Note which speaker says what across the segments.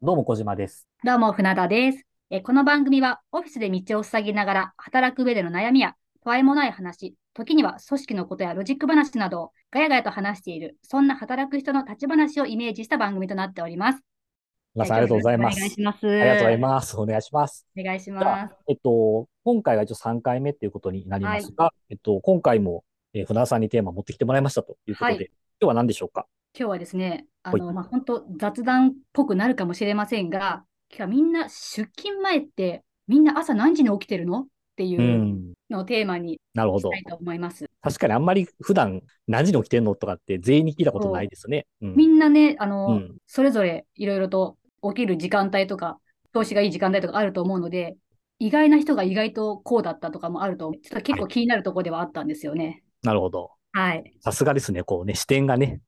Speaker 1: どうも小島です。
Speaker 2: どうも、船田です。えーこの番組は、オフィスで道を塞ぎながら、働く上での悩みや、たわいもない話、時には組織のことやロジック話などを、ガヤガヤと話している、そんな働く人の立ち話をイメージした番組となっております。
Speaker 1: 皆さんありがとうございます。あ
Speaker 2: お願い
Speaker 1: り
Speaker 2: します。あ
Speaker 1: がとうござい
Speaker 2: す。
Speaker 1: ます。お願いします。
Speaker 2: お願いし
Speaker 1: じゃ
Speaker 2: ます
Speaker 1: あ。、えっと、今回が一応3回目っていうことになりますが、えっと、今回も、えー船田さんにテーマ持ってきてもらいましたということで、
Speaker 2: はい
Speaker 1: 今日は何でしょうか
Speaker 2: 今日はですね、あ
Speaker 1: は。
Speaker 2: の、まあ、本当雑談っぽくなるかもしれませんが、今日はみんな出勤前って、みんな朝何時に起きてるのっていううんのをテーマに
Speaker 1: なるほ
Speaker 2: し
Speaker 1: ど
Speaker 2: た。いと思います。
Speaker 1: 確かにあんまり普段何時に起きてんのとかって全員に聞いたことないですね。うん
Speaker 2: みんなね、あの、
Speaker 1: うん
Speaker 2: それぞれいろいろと起きる時間帯とか、調子がいい時間帯とかあると思うので、意外な人が意外とこうだったとかもあると、ちょっと結構気になるところではあったんですよね。
Speaker 1: なるほど。
Speaker 2: はい。
Speaker 1: さすがですね。こうね、視点が ね、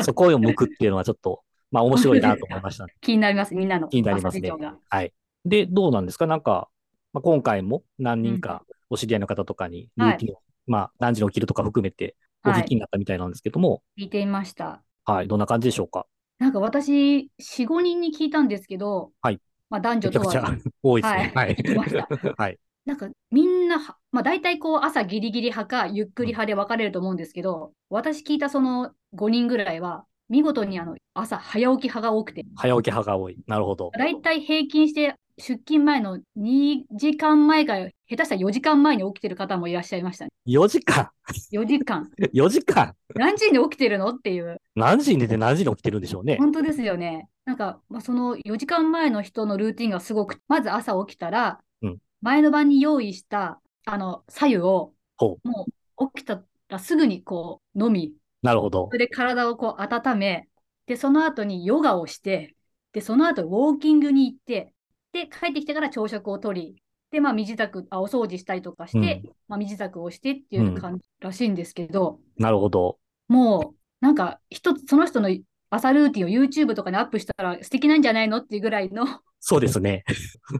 Speaker 1: そこを向くっていうのはちょっと、まあ面白いなと思いましたね
Speaker 2: 気になります、みんなの
Speaker 1: 気になります
Speaker 2: 朝
Speaker 1: ね
Speaker 2: 事情が。
Speaker 1: はい。で、どうなんですかなんか、まあ、今回も何人かお知り合いの方とかに、ル
Speaker 2: はい
Speaker 1: ーティンを、まあ、何時に起きるとか含めて、お
Speaker 2: は
Speaker 1: 聞
Speaker 2: い。
Speaker 1: きになったみたいなんですけども、
Speaker 2: 聞いてみました。
Speaker 1: はい、どんな感じでしょうか
Speaker 2: なんか私、4、5人に聞いたんですけど、
Speaker 1: はい
Speaker 2: まあ、男
Speaker 1: め
Speaker 2: 女
Speaker 1: ちゃ
Speaker 2: 問
Speaker 1: く
Speaker 2: わ
Speaker 1: ち
Speaker 2: ず、
Speaker 1: ゃ 多いですね。はい。
Speaker 2: 聞きました。
Speaker 1: はい。
Speaker 2: なんかみんなは、まあ、大体こう朝ギリギリ派かゆっくり派で分かれると思うんですけど、私聞いたその5人ぐらいは、見事にあの朝早起き派が多くて、
Speaker 1: 早起き派が多い。なるほど。
Speaker 2: 大体平均して出勤前の2時間前か、下手したら4時間前に起きてる方もいらっしゃいましたね。
Speaker 1: 4時間
Speaker 2: 4時間。
Speaker 1: !4 時間
Speaker 2: 何時に起きてるのっていう。
Speaker 1: 何時に寝て何時に起きてるんでしょうね。
Speaker 2: 本当ですよね。なんか、まあ、その4時間前の人のルーティンがすごく、まず朝起きたら
Speaker 1: うん、
Speaker 2: 前の晩に用意した、あの、白湯を、
Speaker 1: ほ
Speaker 2: もう起きたらすぐにこう飲み、
Speaker 1: なるほど
Speaker 2: そ。れで体をこう温め、で、その後にヨガをして、で、その後ウォーキングに行って、で、帰ってきてから朝食をとり、で、まあ、身支度、あ、お掃除したりとかして、まあ、身支度をしてっていう感じらしいんですけど、
Speaker 1: なるほど。
Speaker 2: もう、なんか、一つ、その人の朝ルーティンを YouTube とかにアップしたら素敵なんじゃないのっていうぐ らいの
Speaker 1: そうですね。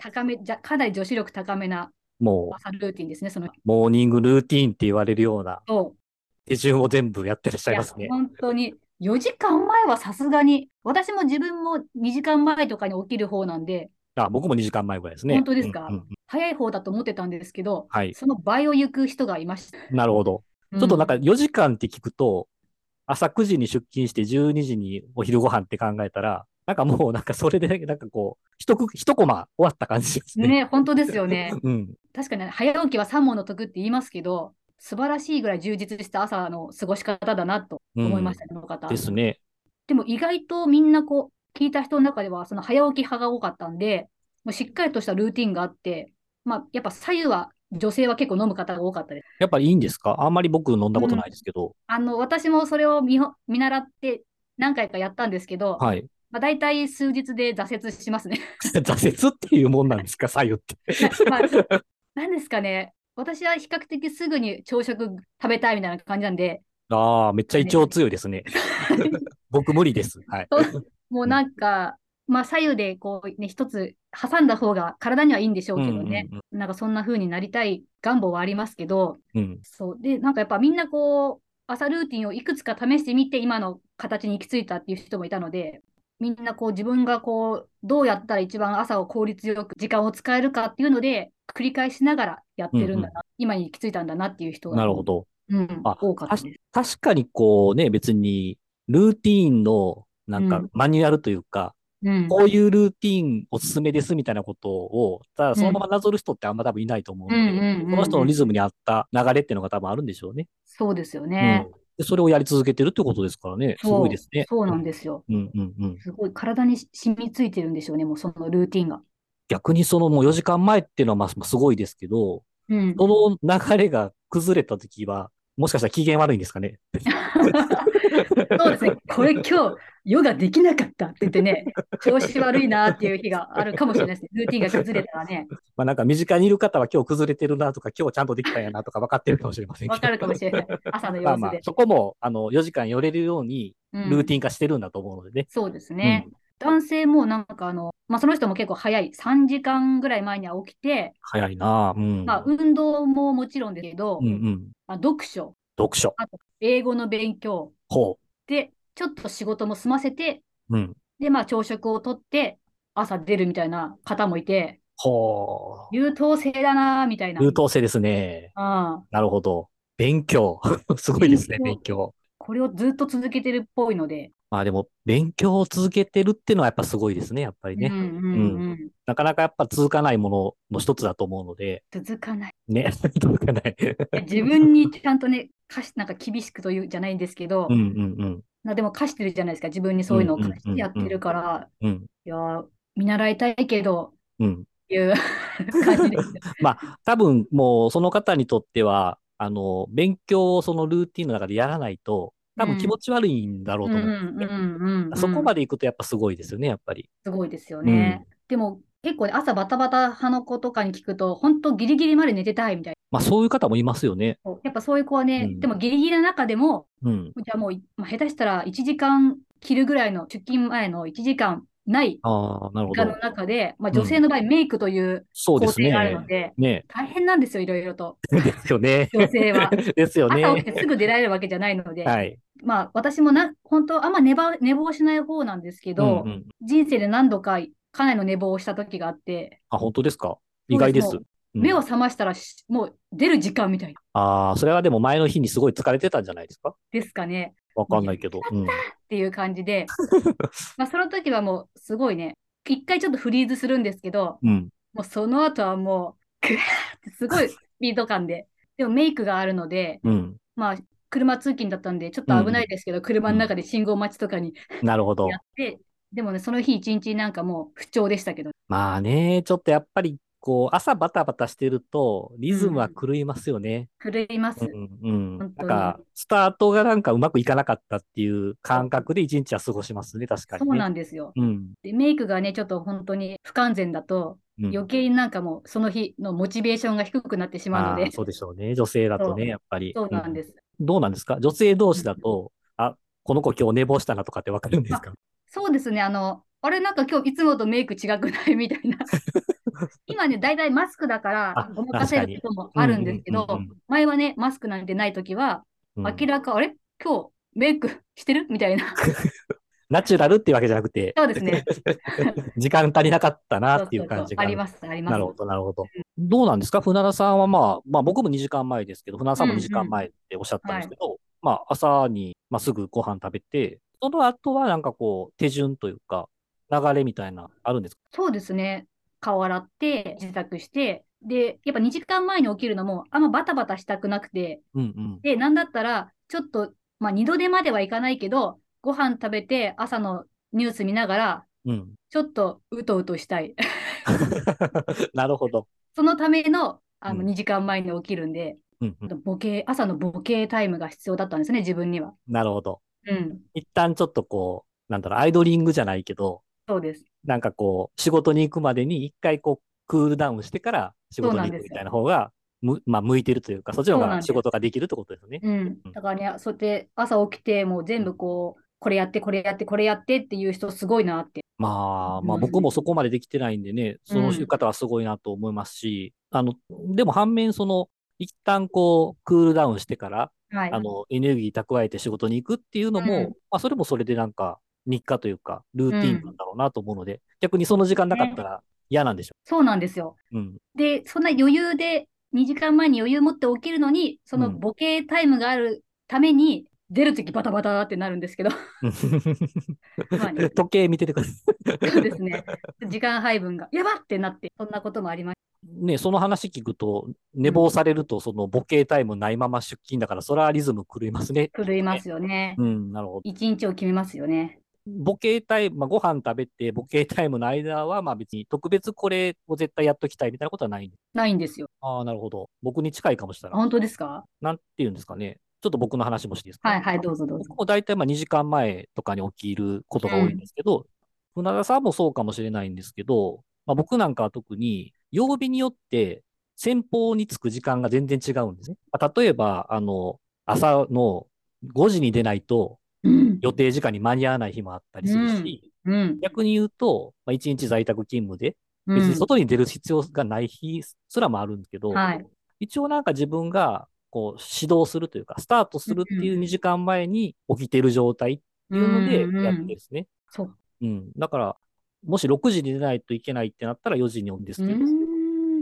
Speaker 2: 高め、じゃ、かなり女子力高めな
Speaker 1: も
Speaker 2: 朝ルーティンですね、その人
Speaker 1: う、モーニングルーティーンって言われるような
Speaker 2: と。
Speaker 1: 手順を全部やってらっしゃいます
Speaker 2: い
Speaker 1: ね
Speaker 2: や。本当に、4時間前はさすがに、私も自分も2時間前とかに起きる方なんで、
Speaker 1: あ、僕も2時間前ぐらいですね。
Speaker 2: 本当ですか
Speaker 1: うんうんうん
Speaker 2: 早い方だと思ってたんですけど、
Speaker 1: はい。
Speaker 2: その倍を行く人がいました。
Speaker 1: なるほど。ちょっとなんか
Speaker 2: う
Speaker 1: 4時間って聞くと、朝9時に出勤して12時にお昼ご飯って考えたら、なんかもうなんかそれでなんかこう、一区一コマ終わった感じですね。
Speaker 2: ね、本当ですよね。
Speaker 1: うん。
Speaker 2: 確かに早起きは三問の得って言いますけど、素晴らしいぐらい充実した朝の過ごし方だなと思いましたね、この方。
Speaker 1: ですね。
Speaker 2: でも意外とみんなこう、聞いた人の中では、その早起き派が多かったんで、もうしっかりとしたルーティンがあって、まあ、やっぱ左右は、女性は結構飲む方が多かったです。
Speaker 1: やっぱりいいんですかあんまり僕飲んだことないですけど。
Speaker 2: あの、私もそれを見ほ見習って何回かやったんですけど、
Speaker 1: はい。
Speaker 2: まあ、大体数日で挫折しますね。
Speaker 1: 挫折っていうもんなんですか左右って。
Speaker 2: まあ、 なんですかね。私は比較的すぐに朝食食べたいみたいな感じなんで、
Speaker 1: ああ、めっちゃ胃腸強いですね。僕無理です。はい。
Speaker 2: もうなんか、まあ左右でこうね、一つ挟んだ方が体にはいいんでしょうけどね。
Speaker 1: うん
Speaker 2: なんかそんな風になりたい願望はありますけど、
Speaker 1: うんうん。
Speaker 2: そう。で、なんかやっぱみんなこう、朝ルーティンをいくつか試してみて、今の形に行き着いたっていう人もいたので、みんなこう自分がこう、どうやったら一番朝を効率よく時間を使えるかっていうので、繰り返しながらやってるんだな、今に行き着いたんだなっていう人
Speaker 1: う
Speaker 2: が
Speaker 1: ん。なるほど。
Speaker 2: うん、
Speaker 1: あ
Speaker 2: 多かったです。
Speaker 1: 確かにこうね、別にルーティーンのなん
Speaker 2: う
Speaker 1: か
Speaker 2: ん
Speaker 1: マニュアルというか、
Speaker 2: うん、
Speaker 1: こういうルーティーンおすすめですみたいなことを、ただそのままなぞる人ってあんま多分いないと思うの
Speaker 2: うんうん
Speaker 1: で、
Speaker 2: うんうん
Speaker 1: その人のリズムに合った流れっていうのが多分あるんでしょうね。
Speaker 2: そうですよ
Speaker 1: う
Speaker 2: ね。
Speaker 1: ん、でそれをやり続けてるってことですからね。す
Speaker 2: そう
Speaker 1: ごいですね。
Speaker 2: そうなんですよ。
Speaker 1: うんうんうん、
Speaker 2: すごい体に染みついてるんでしょうね、もうそのルーティンが。
Speaker 1: 逆にそのもう4時間前っていうのはまあまあすごいですけど、
Speaker 2: うん、
Speaker 1: その流れが崩れた時は、もしかしたら機嫌悪いんですかね。
Speaker 2: そうですね、これ今日、ヨガできなかったって言っ てね、調子悪いなっていう日があるかもしれないですね、ルーティンが崩れたら ね、
Speaker 1: まあなんか身近にいる方は今日崩れてるなとか、今日ちゃんとできたんやなとか分かってるかもしれませんけど。
Speaker 2: わかるかもしれない、朝の
Speaker 1: まあ
Speaker 2: 様
Speaker 1: ま
Speaker 2: 子
Speaker 1: あ
Speaker 2: で、。
Speaker 1: そこも、あの、4時間寄れるように、
Speaker 2: うん
Speaker 1: ルーティン化してるんだと思うのでね。
Speaker 2: そうですね。
Speaker 1: うん
Speaker 2: 男性もなんかあの、まあ、その人も結構早い、3時間ぐらい前には起きて、
Speaker 1: 早いなあうん。
Speaker 2: まあ、運動ももちろんですけど、
Speaker 1: うんうん。
Speaker 2: まあ、読書、
Speaker 1: 読書。
Speaker 2: 英語の勉強
Speaker 1: ほ
Speaker 2: で、ちょっと仕事も済ませて、
Speaker 1: う。うん。
Speaker 2: で、まあ、朝食をとって、朝出るみたいな方もいて、
Speaker 1: ほう。
Speaker 2: 優等生だな、みたいな。
Speaker 1: 優等生ですね。
Speaker 2: ああ
Speaker 1: なるほど。勉強。 すごいですね、
Speaker 2: 勉
Speaker 1: 勉強。
Speaker 2: これをずっと続けてるっぽいので。
Speaker 1: まあでも、勉強を続けてるっていうのはやっぱすごいですね、やっぱりね。
Speaker 2: うんうんうん。
Speaker 1: なかなかやっぱ続かないものの一つだと思うので、
Speaker 2: 続かない。
Speaker 1: ね、 続かない。
Speaker 2: 自分にちゃんとね、貸し、なんか厳しくというじゃないんですけど
Speaker 1: う、んうん
Speaker 2: なでも貸してるじゃないですか。自分にそういうのを貸してやってるから、
Speaker 1: うん。うん
Speaker 2: いやー、見習いたいけど、
Speaker 1: うん。
Speaker 2: っていう 感じです。
Speaker 1: まあ、多分もうその方にとっては、あの、勉強をそのルーティンの中でやらないと、多分気持ち悪いんだろう
Speaker 2: うん
Speaker 1: と
Speaker 2: う
Speaker 1: 思う。
Speaker 2: んうんうん。
Speaker 1: そこま
Speaker 2: で。
Speaker 1: で行くとやっぱすごいですよね、やっぱり。
Speaker 2: すごいですよね。でも、結構ね朝バタバタ派の子とかに聞くと、本当ギリギリまで寝てたいみたい
Speaker 1: まあそういう方もいますよね。
Speaker 2: な。やっぱそういう子はね、
Speaker 1: うん
Speaker 2: でもギリギリの中でも、
Speaker 1: うん。
Speaker 2: じゃあもう、まあ、下手したら1時間切るぐらいの、出勤前の1時間ない
Speaker 1: ああ、なるほ
Speaker 2: 時間の
Speaker 1: ど。
Speaker 2: 中で、まあ、
Speaker 1: うん
Speaker 2: 女性の場合、メイクという
Speaker 1: そう
Speaker 2: 工
Speaker 1: で
Speaker 2: 程
Speaker 1: すね
Speaker 2: があるの。で、
Speaker 1: ね。
Speaker 2: 大変なんですよ、いろいろと、
Speaker 1: ですよね。
Speaker 2: 女性 は。
Speaker 1: ですよ
Speaker 2: 朝起き
Speaker 1: ね。
Speaker 2: てすぐ出られるわけじゃないので、
Speaker 1: はい。
Speaker 2: まあ、私もな本当、あんま寝ば寝坊しない方なんですけど、
Speaker 1: うんうん、
Speaker 2: 人生で何度かかなりの寝坊をした時があって、
Speaker 1: あ、本当ですか意外です。
Speaker 2: そううん目を覚ましたらし、もう出る時間みたいな、
Speaker 1: ああ、それはでも前の日にすごい疲れてたんじゃないですか
Speaker 2: ですかね、
Speaker 1: わかんないけど。うん、
Speaker 2: っていう感 じで、まあ、その時はもう、すごいね、一回ちょっとフリーズするんですけど、
Speaker 1: うん。
Speaker 2: もうその後はもう、ぐわーってすごいスピード感で、でもメイクがあるので、
Speaker 1: うん。
Speaker 2: まあ、車通勤だったんで、ちょっと危ないですけど、車の中で信号待ちとかに
Speaker 1: なるほど
Speaker 2: や。って、でもね、その日一日なんかもう不調でしたけど、
Speaker 1: まあね、ちょっとやっぱり、こう、朝バタバタしてると、リズムは狂いますよね。
Speaker 2: 狂います
Speaker 1: う。ん、うん。
Speaker 2: 本当
Speaker 1: なん
Speaker 2: に
Speaker 1: か、スタートがなんかうまくいかなかったっていう感覚で一日は過ごしますね、確か
Speaker 2: そ
Speaker 1: に
Speaker 2: う
Speaker 1: ね。
Speaker 2: なんですよ。
Speaker 1: うん。
Speaker 2: で、メイクがね、ちょっと本当に不完全だ
Speaker 1: う
Speaker 2: と、
Speaker 1: ん
Speaker 2: 余計になんかもうその日のモチベーションが低くなってしまうの
Speaker 1: あ
Speaker 2: で
Speaker 1: あ、、そうでしょうね。女性だとね、
Speaker 2: そう
Speaker 1: やっぱり。。
Speaker 2: そうなんですす。
Speaker 1: どうなんですか女性同士だと、あ、この子今日寝坊したなとかってわかるんですか
Speaker 2: そうですね、あの、あれなんか今日いつもとメイク違くないみた いな。今ね、だいたいマスクだか
Speaker 1: あ
Speaker 2: らごまかせることもあるんですけ
Speaker 1: うんう
Speaker 2: ど
Speaker 1: んうんうん、
Speaker 2: 前はね、マスクなんてないときは、
Speaker 1: うん
Speaker 2: 明らか、あれ今日メイクしてるみたいな。
Speaker 1: ナチュラルっていうわけじゃなくて、
Speaker 2: そうです ね。
Speaker 1: 時間足りなかったなっていう
Speaker 2: そうそうそう
Speaker 1: 感じが
Speaker 2: あります、あります。
Speaker 1: なるほど、なるほど。どうなんですか船田さんはまあ、まあ僕も2時間前ですけど、船田さんも2時間前っておっしゃったんですけど、まあ朝に、まあ、すぐご飯食べて、その後はなんかこう、手順というか、流れみたいな、あるんですか
Speaker 2: そうですね。顔洗って、自宅して、で、やっぱ2時間前に起きるのも、あんまバタバタしたくなくて、
Speaker 1: うんうん。
Speaker 2: で、なんだったら、ちょっと、まあ、二度寝まではいかないけど、ご飯食べて、朝のニュース見ながら、
Speaker 1: うん。
Speaker 2: ちょっとうとうとしたい。
Speaker 1: なるほど。
Speaker 2: そのための、あの
Speaker 1: うん
Speaker 2: 2時間前に起きるんで、
Speaker 1: うんうん。
Speaker 2: ボケ、朝のボケタイムが必要だったんですね、自分には。
Speaker 1: なるほど。
Speaker 2: うん、
Speaker 1: 一旦ちょっとこう、なんだろう、アイドリングじゃないけど、
Speaker 2: そうです。
Speaker 1: なんかこう、仕事に行くまでに一回こう、クールダウンしてから仕事
Speaker 2: そうな
Speaker 1: に
Speaker 2: ん
Speaker 1: 行
Speaker 2: で
Speaker 1: く
Speaker 2: す
Speaker 1: みたいな方が、むまあ、向いてるというか、そっちの方
Speaker 2: そうなん
Speaker 1: が
Speaker 2: です
Speaker 1: 仕事ができるってことですよね。
Speaker 2: うん
Speaker 1: うん、
Speaker 2: だからね、そうやって朝起きて、もう全部こう、これやって、これやって、これやってっていう人、すごいなって。
Speaker 1: まあ、まあ
Speaker 2: うん
Speaker 1: 僕もそこまでできてないんでね、その方はすごいなと思いますし、あの、でも反面その、一旦こう、クールダウンしてから、
Speaker 2: はい、
Speaker 1: あの、エネルギー蓄えて仕事に行くっていうのも、
Speaker 2: うん
Speaker 1: まあそれもそれでなんか、日課というか、ルーティンなんだろうなと思うので、逆にその時間なかったら嫌なんでしょ
Speaker 2: そうなんですよ。
Speaker 1: う。うん。
Speaker 2: で、そんな余裕で、2時間前に余裕持って起きるのに、その
Speaker 1: うん
Speaker 2: ボケタイムがあるために、出るときバタバタってなるんですけど、 まあね
Speaker 1: 時計見ててください。
Speaker 2: そうですね、時間配分が、やばってなって、そんなこともありまし
Speaker 1: ね、その話聞くと、寝坊されると、そのボケタイムないまま出勤だから、それはリズム狂いますね。
Speaker 2: た。狂いますよね。
Speaker 1: うん、なるほど。
Speaker 2: 一日を決めますよね。
Speaker 1: ボケタイム、まあ、ご飯食べて、ボケタイムの間は、まあ別に特別これを絶対やっときたいみたいなことはないんで。
Speaker 2: ないんですよ。
Speaker 1: ああ、なるほど。僕に近いかもしれない。
Speaker 2: 本当ですか
Speaker 1: なんていうんですかね。ちょっと僕の話もしていいですか
Speaker 2: はいはい、どうぞどうぞ。
Speaker 1: 僕も大体まあ2時間前とかに起きることが多いんですけど、船田さんもそうかもしれないんですけど、まあ、僕なんかは特に曜日によって先方に着く時間が全然違うんですね。まあ、例えば、あの、朝の5時に出ないと
Speaker 2: うん、
Speaker 1: 予定時間に間に合わない日もあったりするし、
Speaker 2: うん、
Speaker 1: 逆に言うと、まあ、1日在宅勤務で
Speaker 2: う
Speaker 1: 別に
Speaker 2: ん。
Speaker 1: 外に出る必要がない日すらもあるんですけど、
Speaker 2: はい、
Speaker 1: 一応なんか自分がこう指導するというか、スタートするっていう2時間前に起きてる状態っていうのでやってるんですね。
Speaker 2: そう。
Speaker 1: うん。だから、もし6時に出ないといけないってなったら4時に起きるんです
Speaker 2: う
Speaker 1: けど、
Speaker 2: ん。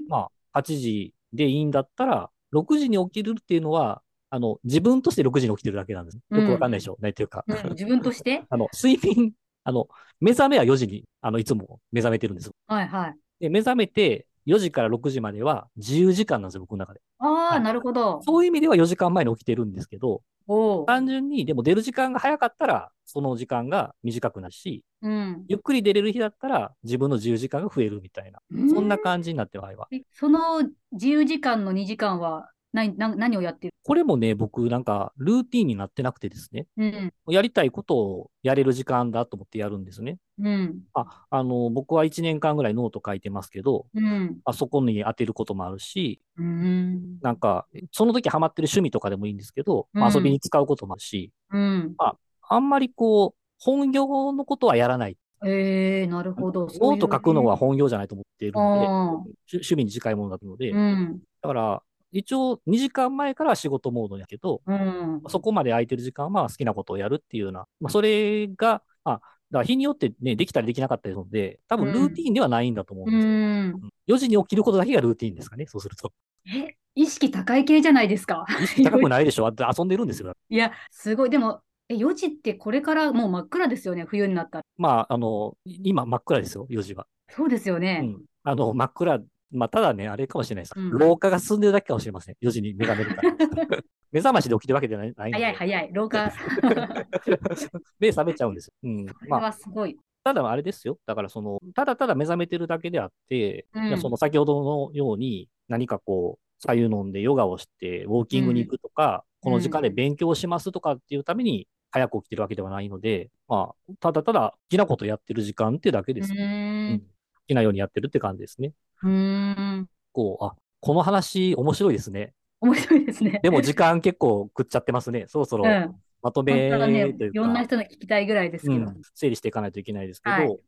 Speaker 1: まあ、8時でいいんだったら、6時に起きるっていうのは、あの、自分として6時に起きてるだけなんです。よくわかんないでしょ。ないというか、
Speaker 2: うん自分として
Speaker 1: あの、睡眠、あの、目覚めは4時に、あの、いつも目覚めてるんです。
Speaker 2: はいはい。
Speaker 1: で、目覚めて4時から6時までは自由時間なんですよ、僕の中で。
Speaker 2: あ
Speaker 1: は
Speaker 2: あ、
Speaker 1: い
Speaker 2: なるほど。
Speaker 1: そういう意味では4時間前に起きてるんですけど、
Speaker 2: おう。
Speaker 1: 単純に、でも出る時間が早かったら、その時間が短くなるし、
Speaker 2: うん。
Speaker 1: ゆっくり出れる日だったら、自分の自由時間が増えるみたいな、そんな感じになってる、場合は。
Speaker 2: えその自由時間の2時間は何、何何をやってる
Speaker 1: これもね、僕、なんか、ルーティンになってなくてですね、
Speaker 2: うん。
Speaker 1: やりたいことをやれる時間だと思ってやるんですね。
Speaker 2: うん。
Speaker 1: あ、あの、僕は1年間ぐらいノート書いてますけど、
Speaker 2: うん。
Speaker 1: あそこに当てることもあるし、
Speaker 2: うん。
Speaker 1: なんか、その時ハマってる趣味とかでもいいんですけど、まあ
Speaker 2: うん
Speaker 1: 遊びに使うこともあるし、
Speaker 2: うん。
Speaker 1: あんまりこう、本業のことはやらない。
Speaker 2: ええなるほど。ノ
Speaker 1: ノート書くのは本業じゃないと思っているので、
Speaker 2: あ
Speaker 1: 趣趣味に近いものだったので、
Speaker 2: ーうん。
Speaker 1: だから、一応2時間前から仕事モードやけど、
Speaker 2: うん。
Speaker 1: そこまで空いてる時間は好きなことをやるっていうような、まあ、それが、あ、だから日によってね、できたりできなかったりするので、多分ルーティーンではないんだと思うん
Speaker 2: う
Speaker 1: ですよ。
Speaker 2: ん。
Speaker 1: 4時に起きることだけがルーティーンですかね、そうする と。
Speaker 2: え、意識高い系じゃないですか。
Speaker 1: 意識高くないでしょ、だって遊んでるんですよ。
Speaker 2: いや、すごい。でも、え、4時ってこれからもう真っ暗ですよね、冬になったら。
Speaker 1: まあ、あの、今真っ暗ですよ、4時は。
Speaker 2: そうですよ
Speaker 1: う
Speaker 2: ね。
Speaker 1: ん。あの、真っ暗、まあ、ただね、あれかもしれないです。
Speaker 2: うん
Speaker 1: 老化が進んでるだけかもしれません。4時に目が覚めるから。 目覚ましで起きてるわけじゃないないので
Speaker 2: 早い早い、老化。
Speaker 1: 目覚めちゃうんですよ。うん。
Speaker 2: これ
Speaker 1: まあ、
Speaker 2: はすごい。
Speaker 1: ただあれですよ。だからその、ただただ目覚めてるだけであって、
Speaker 2: うん
Speaker 1: いやその先ほどのように、何かこう、左右飲んでヨガをして、ウォーキングに行くとか、
Speaker 2: うん
Speaker 1: この時間で勉強しますとかっていうために、早く起きてるわけではないので、まあ、ただただ好きなことやってる時間ってだけ
Speaker 2: う
Speaker 1: です。好
Speaker 2: ーん。
Speaker 1: きなようにやってるって感じですね。
Speaker 2: うーん。
Speaker 1: こう、あ、この話面白いですね。
Speaker 2: 面白いですね。
Speaker 1: でも時間結構食っちゃってますね。そろそろ
Speaker 2: うん。
Speaker 1: まと
Speaker 2: 本
Speaker 1: め
Speaker 2: 当はね、
Speaker 1: という
Speaker 2: いろんな
Speaker 1: か、
Speaker 2: 人の聞きたいぐらいです
Speaker 1: う
Speaker 2: けど。
Speaker 1: ん、整理していかないといけないですけど、
Speaker 2: はい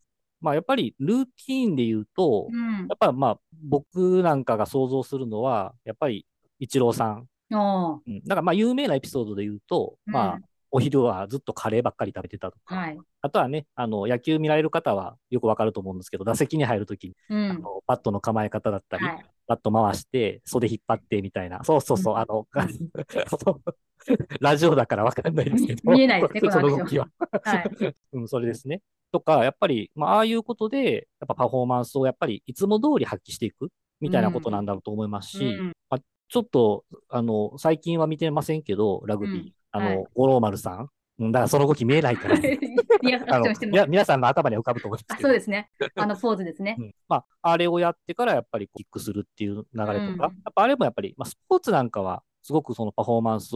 Speaker 1: まあやっぱりルーティーンで言うと、
Speaker 2: うん
Speaker 1: や。っぱまあ、僕なんかが想像するのは、やっぱり、一郎さん。
Speaker 2: あ
Speaker 1: うん。なんかまあ、有名なエピソードで言うと、
Speaker 2: うん
Speaker 1: まあ、お昼はずっとカレーばっかり食べてたと
Speaker 2: あ、
Speaker 1: か、
Speaker 2: はい。
Speaker 1: あとはね、あの、野球見られる方はよくわかると思うんですけど、打席に入るときに、
Speaker 2: う
Speaker 1: あ
Speaker 2: ん。
Speaker 1: の、バットの構え方だったり、
Speaker 2: はい。
Speaker 1: バット回して、袖引っ張ってみたいな、そうそうそう、
Speaker 2: うん
Speaker 1: あの、 ラジオだからわかんないですけど、
Speaker 2: 見えないですねこ
Speaker 1: そ
Speaker 2: の
Speaker 1: の動きは。
Speaker 2: はい。
Speaker 1: うん、それですね。とか、やっぱり、まあ、ああいうことで、やっぱパフォーマンスをやっぱりいつも通り発揮していくみたいなことなんだろうと思いますし、
Speaker 2: うん
Speaker 1: ちょっと、あの、最近は見てませんけど、ラグビー、
Speaker 2: うん
Speaker 1: あの、
Speaker 2: はい
Speaker 1: 五郎丸さん、うんだからその動き見えないから、
Speaker 2: リアクシ
Speaker 1: あ
Speaker 2: ョ
Speaker 1: の
Speaker 2: ンして
Speaker 1: み
Speaker 2: もら
Speaker 1: な
Speaker 2: う
Speaker 1: 皆さんの頭には浮かぶと思います
Speaker 2: あ、
Speaker 1: けど、
Speaker 2: そうですね。あのポーズですね
Speaker 1: う。んまあ、あれをやってからやっぱりキックするっていう流れとか、
Speaker 2: うん
Speaker 1: やっぱあれもやっぱり、まあ、スポーツなんかは、すごくそのパフォーマンス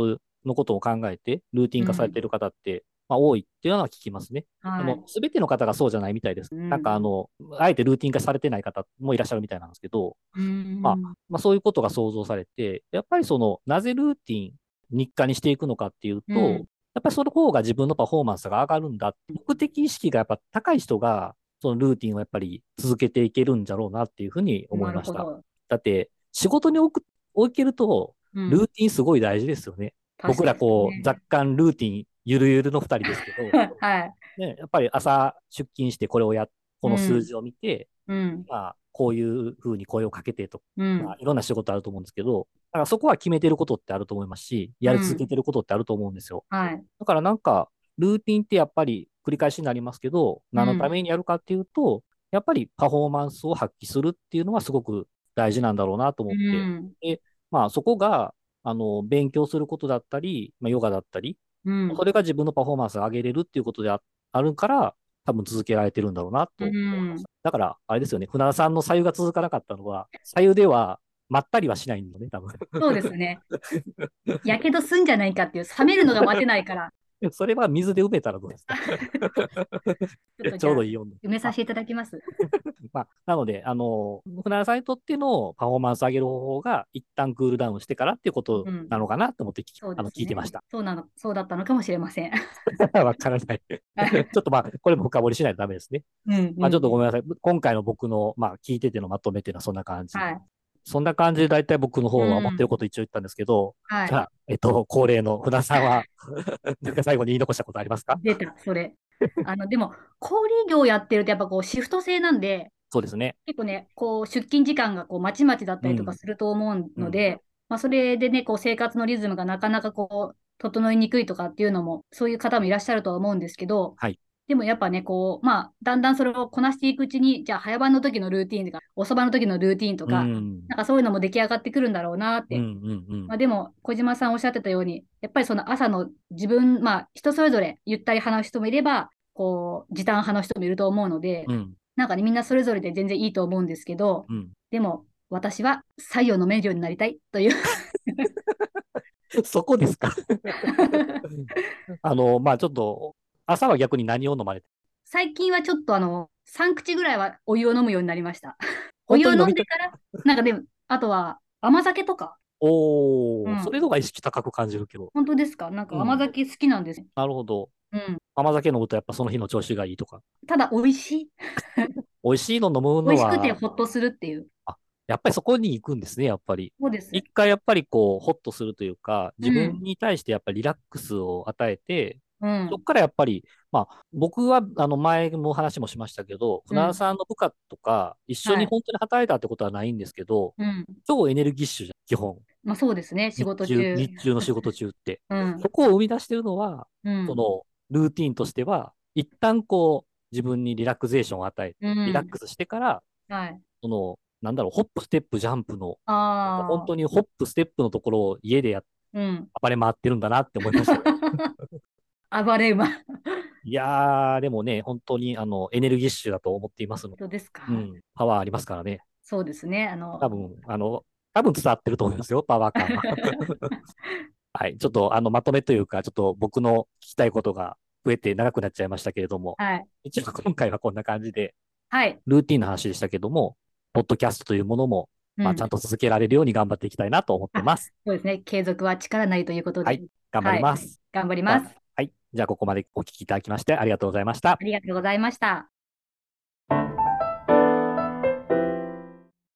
Speaker 1: のことを考えて、ルーティン化されている方って、まあ、多いっていうのは聞きますね。あ
Speaker 2: は
Speaker 1: の
Speaker 2: い。、
Speaker 1: すべての方がそうじゃないみたいです。
Speaker 2: うん
Speaker 1: なんかあの、あえてルーティン化されてない方もいらっしゃるみたいなんですけど、
Speaker 2: うん
Speaker 1: まあまあそういうことが想像されて、やっぱりその、なぜルーティン、日課にしていくのかっていうと、
Speaker 2: うん
Speaker 1: やっぱりその方が自分のパフォーマンスが上がるんだ。目的意識がやっぱ高い人が、そのルーティンをやっぱり続けていけるんだろうなっていうふうに思いまし
Speaker 2: なる
Speaker 1: た
Speaker 2: ほ。ど
Speaker 1: だって、仕事におくおけると、
Speaker 2: うん
Speaker 1: ルーティンすごい大事ですよね。
Speaker 2: 確
Speaker 1: 僕
Speaker 2: からに
Speaker 1: こう、
Speaker 2: ね
Speaker 1: 雑感ルーティン、ゆるゆるの二人ですけど、
Speaker 2: はい。
Speaker 1: ね、やっぱり朝出勤してこれをやっ、この数字を見て、
Speaker 2: うん。
Speaker 1: まあ、こういうふうに声をかけてとか、
Speaker 2: うん
Speaker 1: まあ。いろんな仕事あると思うんですけど、だからそこは決めてることってあると思いますし、やり続けてることってあると思うんですよ。
Speaker 2: はい。
Speaker 1: だからなんか、ルーティンってやっぱり繰り返しになりますけど、何のためにやるかっていうと、やっぱりパフォーマンスを発揮するっていうのはすごく大事なんだろうなと思って、
Speaker 2: うん。
Speaker 1: まあそこが、あの、勉強することだったり、まあ、ヨガだったり、
Speaker 2: う ん。
Speaker 1: それが自分のパフォーマンスを上げれるっていうことでああるから、多分続けられてるんだろうなと思いま
Speaker 2: うん
Speaker 1: した。だから、あれですよね、船田さんの左右が続かなかったのは、左右ではまったりはしないんだね、多分。
Speaker 2: そうですね。やけどすんじゃないかっていう、冷めるのが待てな いから、
Speaker 1: それは水で埋めたらどうですか
Speaker 2: ちょっと
Speaker 1: ち
Speaker 2: じゃ
Speaker 1: ょ
Speaker 2: あ
Speaker 1: うどいい温度。
Speaker 2: 埋めさせていただきます。
Speaker 1: まあ、なので、あの、船田さんにとってのパフォーマンスを上げる方法が、一旦クールダウンしてからっていうことなのかなと思って聞き、
Speaker 2: そうです
Speaker 1: あ
Speaker 2: ね
Speaker 1: の聞いてました。。
Speaker 2: そうなの、そうだったのかもしれません。
Speaker 1: わからない。 ちょっとまあ、これも深掘りしないとダメですね。
Speaker 2: うん
Speaker 1: まあ、ちょっとご
Speaker 2: めん。
Speaker 1: めんなさい。今回の僕の、まあ、聞いててのまとめっていうのはそんな感じ。
Speaker 2: はい。
Speaker 1: そんな感じで大体僕の方は思ってること一応言ったんですけど、
Speaker 2: は い
Speaker 1: じゃ。あ、えっと、恒例の船さんは、なんか最後に言い残したことありますか
Speaker 2: 出た、それ。あの、でも、小売業やってるとやっぱこうシフト制なんで、
Speaker 1: そうですね。
Speaker 2: 結構ね、こう出勤時間がこうまちまちだったりとかすると思うので、まあ、それでね、こう生活のリズムがなかなかこう整いにくいとかっていうのも、そういう方もいらっしゃるとは思うんですけど、
Speaker 1: はい
Speaker 2: でもやっぱね、こう、まあ、だんだんそれをこなしていくうちに、じゃあ早番の時のルーティンとか、遅番の時のルーティンと
Speaker 1: う
Speaker 2: か、
Speaker 1: ん。
Speaker 2: なんかそういうのも出来上がってくるんだろうなっ
Speaker 1: う
Speaker 2: て
Speaker 1: んうんうん
Speaker 2: まあ、でも小島さんおっしゃってたようにやっぱりその朝の自分まあ人それぞれゆったり派の人もいればこう時短派の人もいると思うので、
Speaker 1: うん
Speaker 2: なんかねみんなそれぞれで全然いいと思うんですけど
Speaker 1: うん。
Speaker 2: でも私は採用の名誉になりたいという
Speaker 1: そこですかあの、まあちょっと、朝は逆に何を飲まれて
Speaker 2: 最近はちょっとあの3口ぐらいはお湯を飲むようになりました。お
Speaker 1: 本
Speaker 2: 湯
Speaker 1: 当
Speaker 2: を
Speaker 1: に
Speaker 2: 飲
Speaker 1: 飲み
Speaker 2: んでからなんかでもあとは甘酒とか
Speaker 1: おお、
Speaker 2: うん
Speaker 1: それの方が意識高く感じるけど。
Speaker 2: 本当ですかなんか甘酒好きなんです。
Speaker 1: なるほど。
Speaker 2: うん、
Speaker 1: 甘酒飲むとやっぱその日の調子がいいとか。
Speaker 2: ただ美味しい
Speaker 1: 美味しいの飲むの
Speaker 2: 美味しくて
Speaker 1: は、
Speaker 2: ほっとするっていう。
Speaker 1: やっぱりそこに行くんですね、やっぱり。
Speaker 2: そうです。
Speaker 1: 一回やっぱりこう、ホッとするというか、自
Speaker 2: う
Speaker 1: 分に対してやっぱりリラックスを与えて、
Speaker 2: うん
Speaker 1: そこからやっぱり、まあ、僕は、あの、前も話もしましたけど、
Speaker 2: うん
Speaker 1: 船田さんの部下とか、一緒
Speaker 2: はい
Speaker 1: に本当に働いたってことはないんですけど、
Speaker 2: うん
Speaker 1: 超エネルギッシュじゃん、基本。
Speaker 2: まあそうですね、仕事
Speaker 1: 日
Speaker 2: 中。
Speaker 1: 日中の仕事中って。
Speaker 2: うん
Speaker 1: そこを生み出してるのは、
Speaker 2: うん
Speaker 1: その、ルーティンとしては、一旦こう、自分にリラクゼーションを与えて、
Speaker 2: うん
Speaker 1: リラックスしてから、
Speaker 2: はい。
Speaker 1: その、なんだろう、ホップ、ステップ、ジャンプの、
Speaker 2: ああ。
Speaker 1: 本当にホップ、ステップのところを家でやっ
Speaker 2: うん。
Speaker 1: 暴れ回ってるんだなって思いました。
Speaker 2: 暴れ馬。
Speaker 1: いやー、でもね、本当にあのエネルギッシュだと思っていますので、
Speaker 2: どうですか、
Speaker 1: うん、パワーありますからね。
Speaker 2: そうですね。あの、
Speaker 1: 多分あの、多分伝わってると思いますよ、パワー 感は。はい、ちょっとあのまとめというか、ちょっと僕の聞きたいことが増えて長くなっちゃいましたけれども、
Speaker 2: はい。
Speaker 1: 一応今回はこんな感じで、
Speaker 2: はい。
Speaker 1: ルーティンの話でしたけども、ポッドキャストというものも、まあ、
Speaker 2: うん
Speaker 1: ちゃんと続けられるように頑張っていきたいなと思ってます。
Speaker 2: そうですね。継続は力なりということで、
Speaker 1: はい頑張ります。
Speaker 2: 頑張ります。
Speaker 1: はい、じゃあここまでお聞きいただきましてありがとうございました
Speaker 2: あ。りがとうございました。